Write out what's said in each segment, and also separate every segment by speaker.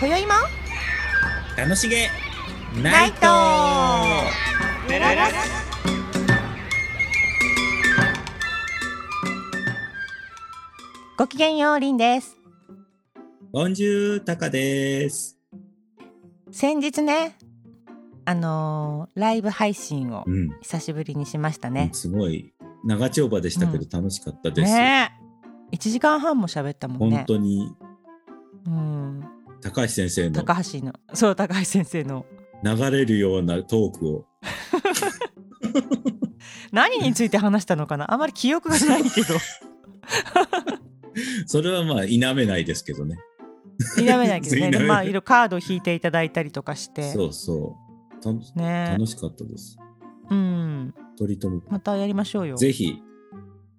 Speaker 1: 今宵も
Speaker 2: 楽しげ
Speaker 1: ナ
Speaker 2: ナ
Speaker 1: イ
Speaker 2: イ
Speaker 1: ト
Speaker 2: ト
Speaker 1: ごきげんようりんです
Speaker 2: ボンジュータカです。
Speaker 1: 先日ねあのーライブ配信を
Speaker 2: うん、
Speaker 1: 久しぶりにしましたね、
Speaker 2: すごい長丁場でしたけ
Speaker 1: う
Speaker 2: ど
Speaker 1: ん
Speaker 2: 楽しかったです。
Speaker 1: ねえ1時間半も喋ったもん
Speaker 2: 本
Speaker 1: ね
Speaker 2: 当に
Speaker 1: うん
Speaker 2: 高橋先生の
Speaker 1: 高橋のそう高橋先生の
Speaker 2: 流れるようなトークを
Speaker 1: 何について話したのかなあまり記憶がないけ ど
Speaker 2: それはまあ否めないですけどね。
Speaker 1: 否めないけどね
Speaker 2: 全然否めない
Speaker 1: まあいろいろカード引いていただいたりとかして
Speaker 2: そうそうた
Speaker 1: ね
Speaker 2: 楽しかったです。
Speaker 1: うん
Speaker 2: 取りとも
Speaker 1: またやりましょうよ
Speaker 2: ぜひ、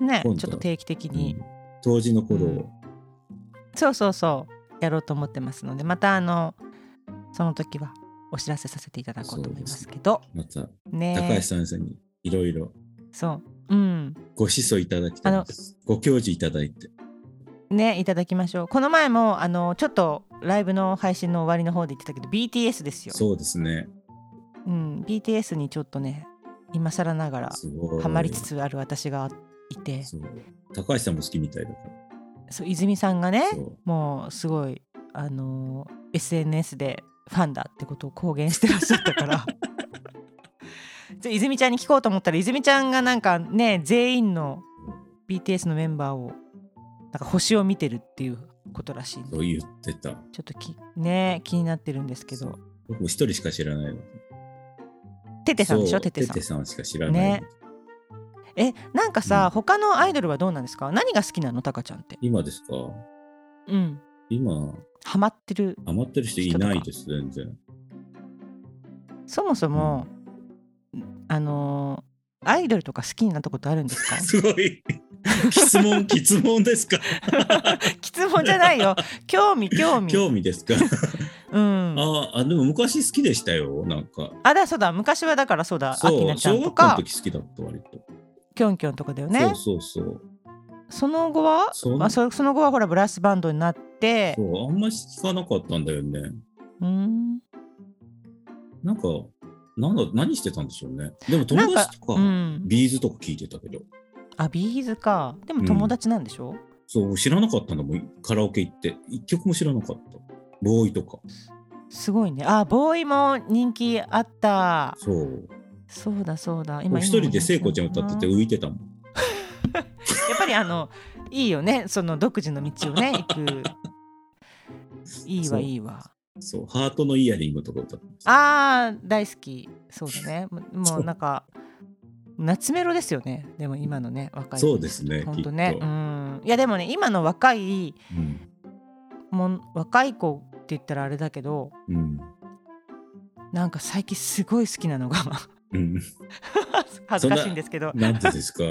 Speaker 1: ねちょ
Speaker 2: 今
Speaker 1: っ
Speaker 2: 度
Speaker 1: と定期的
Speaker 2: う
Speaker 1: に、
Speaker 2: ん、当時の頃を、
Speaker 1: うんそうそうそうやろうと思ってますのでまたあのその時はお知らせさせていただこうと思いますけど
Speaker 2: また
Speaker 1: ね
Speaker 2: 高橋先生にいろいろ
Speaker 1: そううん
Speaker 2: ご指導いただきたいです。ご教示いただいて。
Speaker 1: ねいただきましょうこの前もあのちょっとライブの配信の終わりの方で言ってたけど BTS ですよ
Speaker 2: そうですね。
Speaker 1: う、ん、BTS にちょっとね今更ながら
Speaker 2: すごい。
Speaker 1: ハマりつつある私がいて
Speaker 2: そう高橋さんも好きみたいだか
Speaker 1: そう泉さんがね
Speaker 2: ら。そう
Speaker 1: もうすごいあの SNS でファンだってことを公言してらっしゃったから じゃあ泉ちゃんに聞こうと思ったら泉ちゃんがなんかね全員の BTS のメンバーをなんか星を見てるっていうことらしいんで
Speaker 2: そう言ってた。
Speaker 1: ちょっときね気になってるんですけ
Speaker 2: そう
Speaker 1: ど
Speaker 2: 僕も一人しか知らないの。
Speaker 1: テテさんでし
Speaker 2: そ
Speaker 1: ょ
Speaker 2: う
Speaker 1: テテさん
Speaker 2: テテさんしか知らないの。
Speaker 1: ねえなんかさ、
Speaker 2: うん
Speaker 1: 他のアイドルはどうなんですか何が好きなのタカちゃんって
Speaker 2: 今ですか
Speaker 1: うん
Speaker 2: 今、
Speaker 1: ハマってる
Speaker 2: ハマってる人いないです、全然。
Speaker 1: そもそも、あのーアイドルとか好きになったことあるんですか
Speaker 2: すごい。 質 問、質問ですか
Speaker 1: 質問じゃない よ興味興味
Speaker 2: 興味ですか
Speaker 1: うん
Speaker 2: ああ、でも昔好きでしたよ、なんか。
Speaker 1: あだそうだ昔はだからそうだあき
Speaker 2: そ
Speaker 1: な
Speaker 2: う、
Speaker 1: ちゃ
Speaker 2: 小
Speaker 1: んと
Speaker 2: 学校の
Speaker 1: か
Speaker 2: 時好きだった、割と。
Speaker 1: きょんきょんとかだよねそ
Speaker 2: そうそうそう。
Speaker 1: の後は
Speaker 2: そん
Speaker 1: まあ、そその後はほらブラスバンドになって
Speaker 2: そう、あんまり聞かなかったんだよね。
Speaker 1: うーん
Speaker 2: なんか、なんだ何してたんでしょうね。で
Speaker 1: な
Speaker 2: も
Speaker 1: ん
Speaker 2: 友
Speaker 1: か
Speaker 2: 達とか、
Speaker 1: うん、
Speaker 2: ビーズとか聞いてたけど、
Speaker 1: あビーズかでも友達なんでしょ、
Speaker 2: そう、知らなかったんだもん、カラオケ行って。一曲も知らなかった。ボーイとか。
Speaker 1: すごいねあボーイも人気あった
Speaker 2: そう。
Speaker 1: そうだそうだ
Speaker 2: 僕一人で聖子
Speaker 1: こ
Speaker 2: ちゃん歌ってて浮いてたもん。
Speaker 1: やっぱりあのいいよねその独自の道をね行く いい
Speaker 2: そ
Speaker 1: わ
Speaker 2: う
Speaker 1: いいわ
Speaker 2: そう、ハートのイヤリングとか歌ってました。
Speaker 1: あー大好きそうだ ねももうなんか夏メロですよねでも今のね若い
Speaker 2: そうですね
Speaker 1: 本当ね
Speaker 2: きっ
Speaker 1: う
Speaker 2: と
Speaker 1: んいやでもね今の若い
Speaker 2: うん。
Speaker 1: もん若い子って言ったらあれだけど
Speaker 2: うん。
Speaker 1: なんか最近すごい好きなのが
Speaker 2: うん。
Speaker 1: 恥ずかしいんですけど
Speaker 2: なん てですか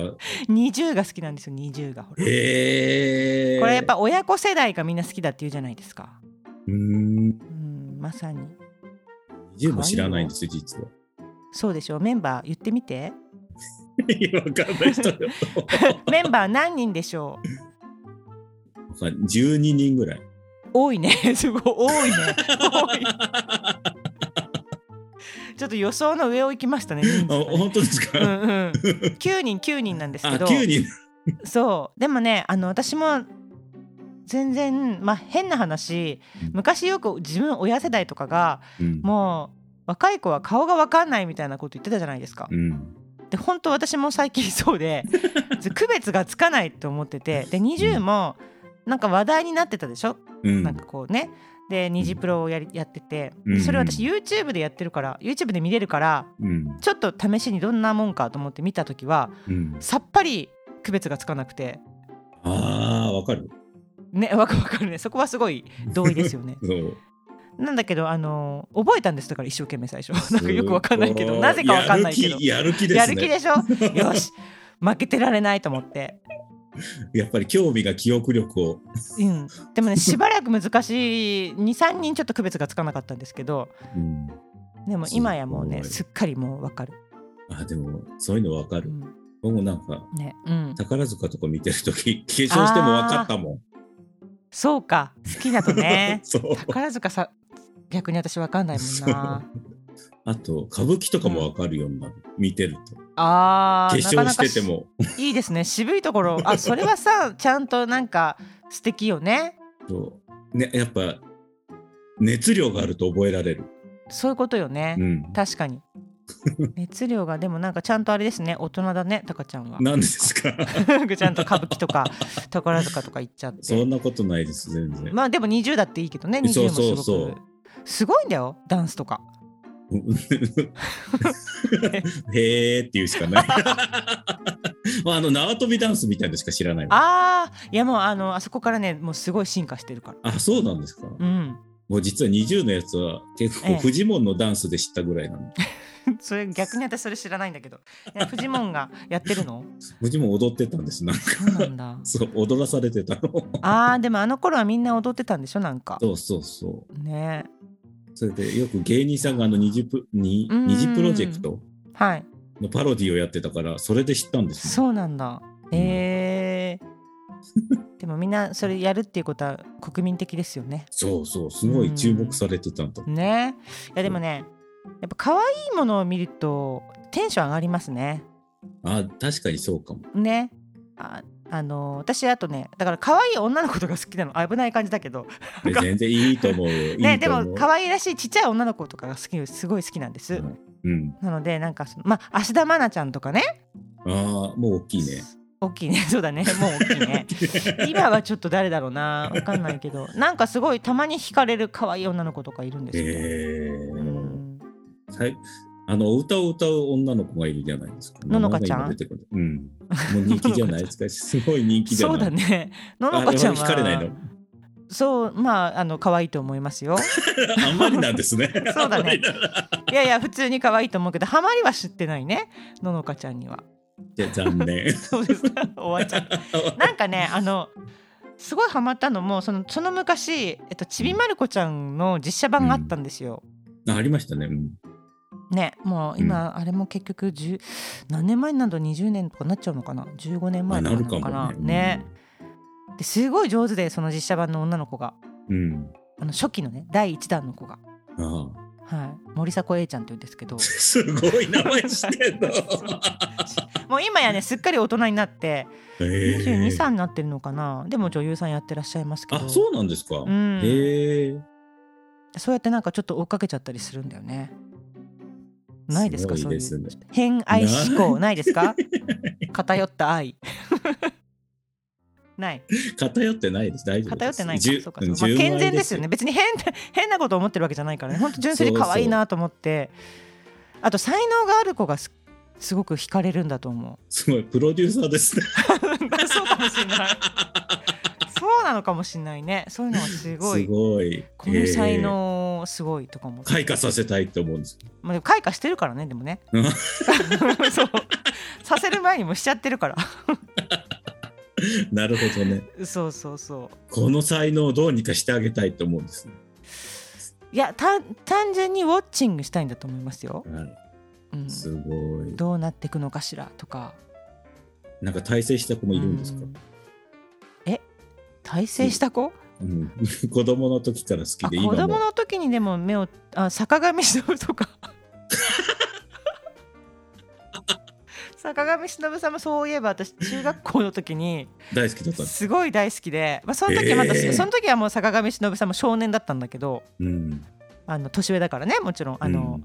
Speaker 1: 20が好きなんですよ20がほら、
Speaker 2: ええー。
Speaker 1: これやっ。ぱ親子世代がみんな好きだって言うじゃないですか
Speaker 2: うーん。
Speaker 1: うんまさに
Speaker 2: 20も知らないんですよ、実は。
Speaker 1: そうでしょメンバー言ってみ て
Speaker 2: いやわかんない人よ。
Speaker 1: メンバー何人でしょう
Speaker 2: わかん12人ぐらい。
Speaker 1: 多いね すごい多いね多 いちょっと予想の上を行きましたね人数
Speaker 2: あ
Speaker 1: がね
Speaker 2: 本当ですか、
Speaker 1: うんうん9人9人 なんです
Speaker 2: あ
Speaker 1: けど
Speaker 2: 9人
Speaker 1: そうでもねあの私も全然まあ変な話
Speaker 2: うん
Speaker 1: 昔よく自分親世代とかが
Speaker 2: うん
Speaker 1: もう若い子は顔が分かんないみたいなこと言ってたじゃないですか
Speaker 2: うん
Speaker 1: で本当私も最近そう で区別がつかないと思っててで20もなんか話題になってたでしょ、
Speaker 2: うん
Speaker 1: なんかこうねで「ニジプロ」をやりやってて
Speaker 2: うん
Speaker 1: でそれ私 YouTube でやってるから YouTube で見れるから
Speaker 2: うん
Speaker 1: ちょっと試しにどんなもんかと思って見た時は
Speaker 2: うん、
Speaker 1: さっぱり区別がつかなくて
Speaker 2: あーわかる
Speaker 1: ね わかわかるねそこはすごい同意ですよ ね
Speaker 2: そう
Speaker 1: なんだけどあの覚えたんですだから一生懸命最初なんかよくわかんないけどなぜかわかんないけど
Speaker 2: やる気や
Speaker 1: や
Speaker 2: る気
Speaker 1: る
Speaker 2: です
Speaker 1: 気
Speaker 2: ね
Speaker 1: でしょ よし負けてられないと思って。
Speaker 2: やっぱり興味が記憶力を
Speaker 1: うん、で もねしばらく難しい23人ちょっと区別がつかなかったんですけど
Speaker 2: うん
Speaker 1: でも今やもうね
Speaker 2: す
Speaker 1: すっかりもうわかる、
Speaker 2: あでもそういうのわか
Speaker 1: う
Speaker 2: る、
Speaker 1: ん
Speaker 2: 僕もなんか
Speaker 1: ねうん、
Speaker 2: 宝塚とか見てるとき化粧してもわかったもん
Speaker 1: そうか好きだとね
Speaker 2: そう
Speaker 1: 宝塚さ逆に私わかんないもんな。
Speaker 2: あと、歌舞伎とかもわかるようになる。見てると。
Speaker 1: あ
Speaker 2: 化
Speaker 1: ーなか
Speaker 2: 粧
Speaker 1: な
Speaker 2: し
Speaker 1: か
Speaker 2: てても。
Speaker 1: いいですね渋いところ あそれはさちゃんとなんか素敵よね
Speaker 2: そうね、やっぱ、熱量があると覚えられる。
Speaker 1: そういうことよね、
Speaker 2: うん。
Speaker 1: 確かに熱量がでもなんかちゃんとあれですね大人だねタカちゃんは
Speaker 2: なんでです か
Speaker 1: ちゃんと歌舞伎とか宝塚とか行っちゃっ
Speaker 2: そ
Speaker 1: て
Speaker 2: んなことないです、全然。
Speaker 1: まあでも20だっていいけどね20もす
Speaker 2: そ
Speaker 1: ご
Speaker 2: う
Speaker 1: く
Speaker 2: そうそう
Speaker 1: すごいんだよダンスとか
Speaker 2: へーって言うし かない。まあ、あの縄跳びダンスみたいのしか知らないわ。
Speaker 1: あーいやもうあのあそこからねもうすごい進化してるから
Speaker 2: あそうなんですか。
Speaker 1: うん
Speaker 2: もう実は20のやつは結
Speaker 1: え
Speaker 2: 構
Speaker 1: え
Speaker 2: フジモンのダンスで知ったぐらいなんで。
Speaker 1: それ逆に私それ知らないんだけど えフジモンがやってるの
Speaker 2: フジモン踊ってたんです。なんか
Speaker 1: そうなんだ
Speaker 2: そう踊らされてたの。
Speaker 1: あーでもあの頃はみんな踊ってたんでしょなんか
Speaker 2: そうそうそう。
Speaker 1: ね
Speaker 2: それでよく芸人さんがあの20プに
Speaker 1: うん
Speaker 2: 20プロジェクト
Speaker 1: はい
Speaker 2: のパロディをやってたからそれで知ったんですよ。
Speaker 1: そうなんだえ ー、でもみんなそれやるっていうことは国民的ですよね
Speaker 2: そうそうすごい注目されてたんだ。
Speaker 1: ねいやでもねやっぱ可愛いものを見るとテンション上がりますね
Speaker 2: あ確かにそうかも。
Speaker 1: ねああのー私あとねだから可愛い女の子とか好きなの危ない感じだけど
Speaker 2: で全然いいと思うよ。いいと思う。
Speaker 1: ねでも可愛いらしいちっちゃい女の子とかが好きすごい好きなんです、
Speaker 2: うんうん。
Speaker 1: なのでなんかそのまあ芦田愛菜ちゃんとかね
Speaker 2: ああ、もう大き いね。
Speaker 1: 大きいねそうだねもう大きいね今はちょっと誰だろうなわかんないけどなんかすごいたまに惹かれる可愛い女の子とかいるんですよ、
Speaker 2: え
Speaker 1: う
Speaker 2: ー
Speaker 1: ん
Speaker 2: さいあのお歌を歌う女の子がいるじゃないですか。
Speaker 1: ののかちゃん
Speaker 2: 名前が今出てこないうん。もう人気じゃないですか。すごい人気じゃ
Speaker 1: そ
Speaker 2: な
Speaker 1: う
Speaker 2: い。
Speaker 1: だねの
Speaker 2: あ。
Speaker 1: のかちゃんは
Speaker 2: 惹かれないの。
Speaker 1: そうまああの可愛いと思いますよ
Speaker 2: あんまりなんですね。
Speaker 1: そうだね
Speaker 2: あんまりなんだ
Speaker 1: いやいや普通に可愛いと思うけどハマりは知ってないねののかちゃんには
Speaker 2: じゃあ残念。
Speaker 1: そうですか終わっちゃったなんかねあのすごいハマったのもそのその昔、えっと、ちびまる子ちゃんの実写版があったんですよ、
Speaker 2: あありましたね。うん
Speaker 1: ねもう今、あれも結局10何年前になると20年とかなっちゃうのかな15年
Speaker 2: まあ
Speaker 1: 前と
Speaker 2: な
Speaker 1: かなのか
Speaker 2: るか
Speaker 1: な
Speaker 2: も
Speaker 1: ね
Speaker 2: ね。
Speaker 1: ですごい上手でその実写版の女の子が
Speaker 2: うん。
Speaker 1: あの初期のね第1弾の子が、
Speaker 2: うんああ。
Speaker 1: はい、森迫永ちゃんって言うんですけど
Speaker 2: すごい名前してんの。
Speaker 1: もう今やねすっかり大人になって
Speaker 2: え
Speaker 1: 22歳になってるのかな、でも女優さんやってらっしゃいますけど
Speaker 2: あ、そうなんですか。
Speaker 1: ん
Speaker 2: へえ。
Speaker 1: そうやってなんかちょっと追っかけちゃったりするんだよね。ないですか
Speaker 2: す
Speaker 1: そ
Speaker 2: ご
Speaker 1: う
Speaker 2: い
Speaker 1: い
Speaker 2: です
Speaker 1: う
Speaker 2: ね
Speaker 1: 偏愛思考ないです か偏った愛 ない
Speaker 2: 偏ってないです。大丈夫です。
Speaker 1: 偏ってないか
Speaker 2: 十
Speaker 1: そうかそうか、
Speaker 2: う
Speaker 1: まあ、
Speaker 2: ん
Speaker 1: 健全ですよ
Speaker 2: 純愛
Speaker 1: ね別に変な変なこと思ってるわけじゃないからね本当純粋に可愛いなと思ってあと才能がある子がすすごく惹かれるんだと思
Speaker 2: すごい、プロデューサーですね。
Speaker 1: う そうかもしれないそうなのかもしれないねそういうのがすごい
Speaker 2: すごい。
Speaker 1: この才能すごいとか思っ
Speaker 2: え
Speaker 1: て
Speaker 2: ー。開花させたいって思うんです。
Speaker 1: まあ、でも開花してるからねでもね
Speaker 2: うん
Speaker 1: そうさせる前にもしちゃってるから
Speaker 2: なるほどね。
Speaker 1: そうそうそう
Speaker 2: この才能をどうにかしてあげたいと思うんです。
Speaker 1: いやた単純にウォッチングしたいんだと思いますよ、
Speaker 2: は
Speaker 1: う
Speaker 2: い。
Speaker 1: ん、
Speaker 2: すごい。
Speaker 1: どうなっていくのかしらとか
Speaker 2: なんか大成した子もいるんですか
Speaker 1: う。え大成した子
Speaker 2: うん。 子供の時から好
Speaker 1: あ
Speaker 2: きで、
Speaker 1: 子
Speaker 2: 今
Speaker 1: 供
Speaker 2: も。
Speaker 1: の時にでも目をあ坂上忍と か坂上忍さんもそういえば私中学校の時に
Speaker 2: 大好きだったんです。
Speaker 1: すごい大好きで、まあ、その時はまた、
Speaker 2: えー
Speaker 1: その時はもう坂上忍さんも少年だったんだけど
Speaker 2: うん。
Speaker 1: あの年上だからねもちろんあの、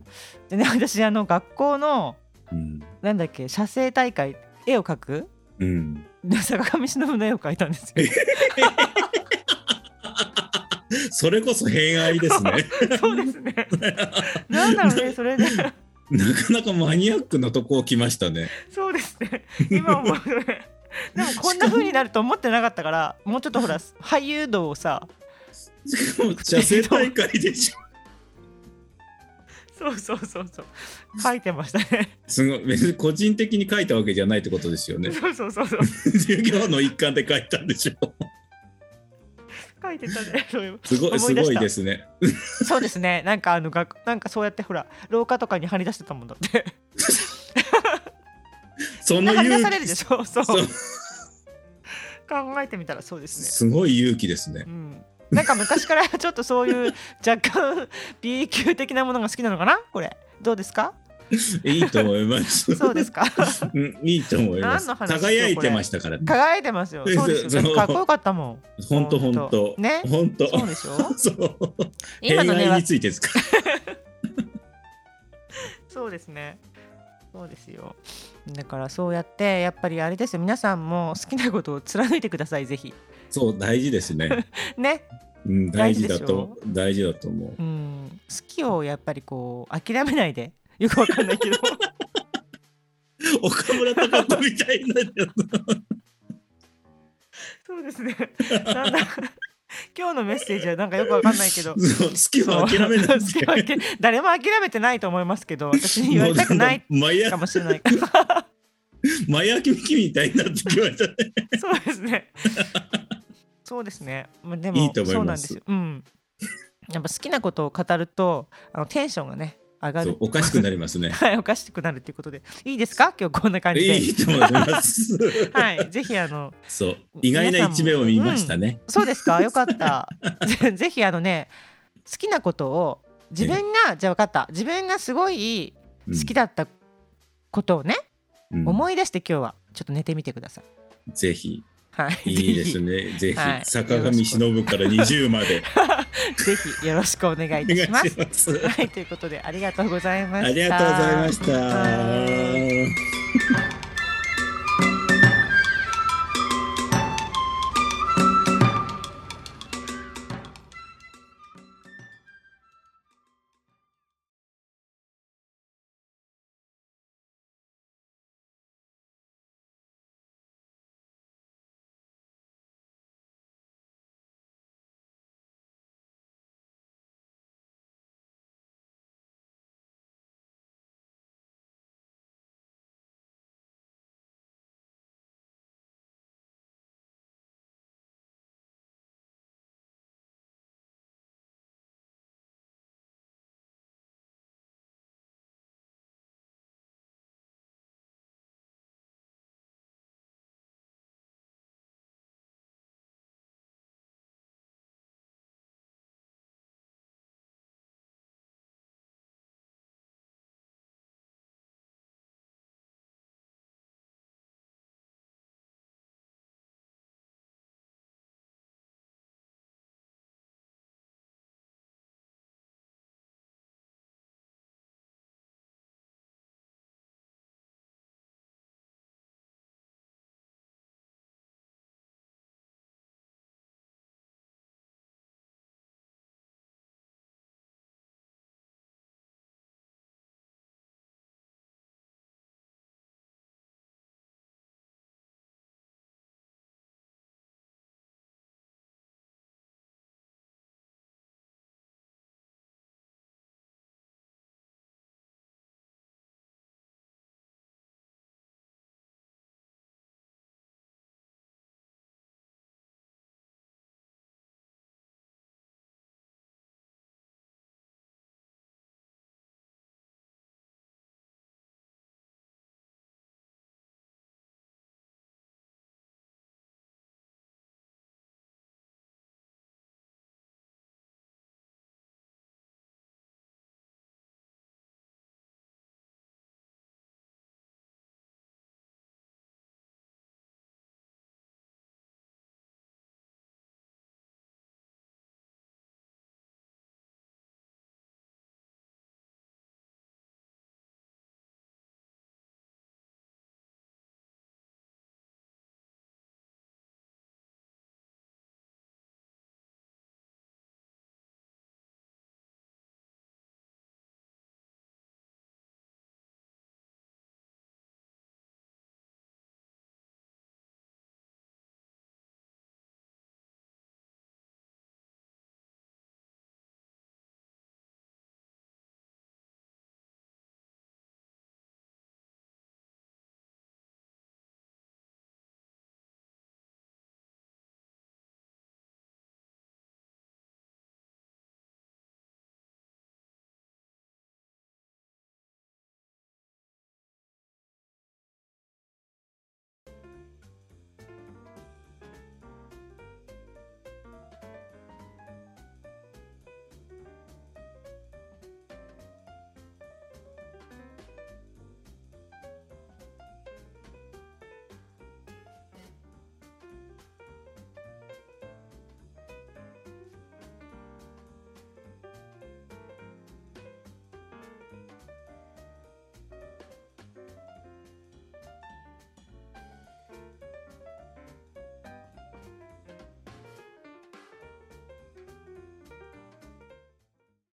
Speaker 1: でね私あの学校の
Speaker 2: うん。
Speaker 1: なんだっけ写生大会絵を描く
Speaker 2: うん。うん。
Speaker 1: で坂上忍の絵を描いたんですよ。
Speaker 2: それこそ偏愛で すね。
Speaker 1: そうですね。なんだろう ねそれで、
Speaker 2: なかなかマニアックなとこを来ましたね。
Speaker 1: そうですね。今思うとね。でもこんな風になると思ってなかったから、もうちょっとほら俳優道をさ、
Speaker 2: しかも写生大会でしょ。
Speaker 1: そうそうそうそう描いてましたね。
Speaker 2: すごい。別に個人的に書いたわけじゃないってことですよね。
Speaker 1: そうそうそうそう
Speaker 2: 授業の一環で書いたんでしょ。
Speaker 1: 描いてたね。そういえば
Speaker 2: すごい、
Speaker 1: 思
Speaker 2: す
Speaker 1: い出
Speaker 2: ご
Speaker 1: し
Speaker 2: い
Speaker 1: た
Speaker 2: ですね。
Speaker 1: そうですね。なんかあの学なんかそうやってほら廊下とかに張り出してたもんだって。
Speaker 2: その
Speaker 1: 張り出
Speaker 2: 勇
Speaker 1: されるで
Speaker 2: 気。
Speaker 1: しょ。そう。
Speaker 2: そう
Speaker 1: 考えてみたらそうですね。
Speaker 2: すごい勇気ですね
Speaker 1: う。ん。なんか昔から ちょっとそういう若干 B 級的なものが好きなのかなこれどうですか
Speaker 2: いいと思います。
Speaker 1: そうです か
Speaker 2: うんいいと思います。
Speaker 1: 何の話ですか
Speaker 2: 輝いてましたから。
Speaker 1: 輝いてますよ
Speaker 2: え
Speaker 1: そうですよ
Speaker 2: そ
Speaker 1: ね
Speaker 2: う
Speaker 1: かっこよかったもん
Speaker 2: 本当本当。
Speaker 1: ね
Speaker 2: 本当。
Speaker 1: そうでし ょ
Speaker 2: そう。
Speaker 1: 今のね
Speaker 2: 恋愛
Speaker 1: わ
Speaker 2: についてですか。
Speaker 1: そうですねそうですよだからそうやってやっぱりあれですよ皆さんも好きなことを貫いてくださいぜひ
Speaker 2: そう大事ですね。
Speaker 1: ね
Speaker 2: うん
Speaker 1: 大
Speaker 2: 大
Speaker 1: 事
Speaker 2: 事
Speaker 1: で
Speaker 2: だ
Speaker 1: しょ
Speaker 2: と大事だと思
Speaker 1: う。
Speaker 2: う
Speaker 1: ん好きをやっぱりこう諦めないで よくわかんないけど
Speaker 2: 岡村隆人みたいになっちゃった。
Speaker 1: そうです ねなんだ今日のメッセージはなんかよくわかんないけど
Speaker 2: そう好きは諦めないん
Speaker 1: そう
Speaker 2: で。
Speaker 1: 好きは諦め誰も諦めてないと思いますけど私に言われたくない
Speaker 2: もうなん
Speaker 1: か
Speaker 2: か
Speaker 1: もしれ ない
Speaker 2: 前や前焼きみたいになってきましたね。
Speaker 1: そうですねそうですねまあでも
Speaker 2: いいと思います
Speaker 1: そうなんですようんやっぱ好きなことを語るとあのテンションがね上が
Speaker 2: そ
Speaker 1: る
Speaker 2: うおかしくなりますね。
Speaker 1: はい おかしくなるっていうことでいいですか今日こんな感じで
Speaker 2: いいと思います。
Speaker 1: はいぜひあの
Speaker 2: そう意外な一面を見ましたね。
Speaker 1: そうです か、よかった。 ぜぜひあのね、好きなことを自分が、じゃあ分かった、自分がすごい好きだったことをね、
Speaker 2: うん
Speaker 1: 思い出して今日はちょっと寝てみてください。
Speaker 2: ぜひ
Speaker 1: はい、
Speaker 2: いいですね。ぜひ、
Speaker 1: はい
Speaker 2: 坂上忍から20まで
Speaker 1: ぜひぜひよろしくお願い
Speaker 2: お
Speaker 1: い
Speaker 2: 願
Speaker 1: た
Speaker 2: い
Speaker 1: し
Speaker 2: し
Speaker 1: ます。
Speaker 2: ます。
Speaker 1: はい、ということでありがとうございま
Speaker 2: あ
Speaker 1: した。
Speaker 2: りがとうございまし
Speaker 1: はい
Speaker 2: た。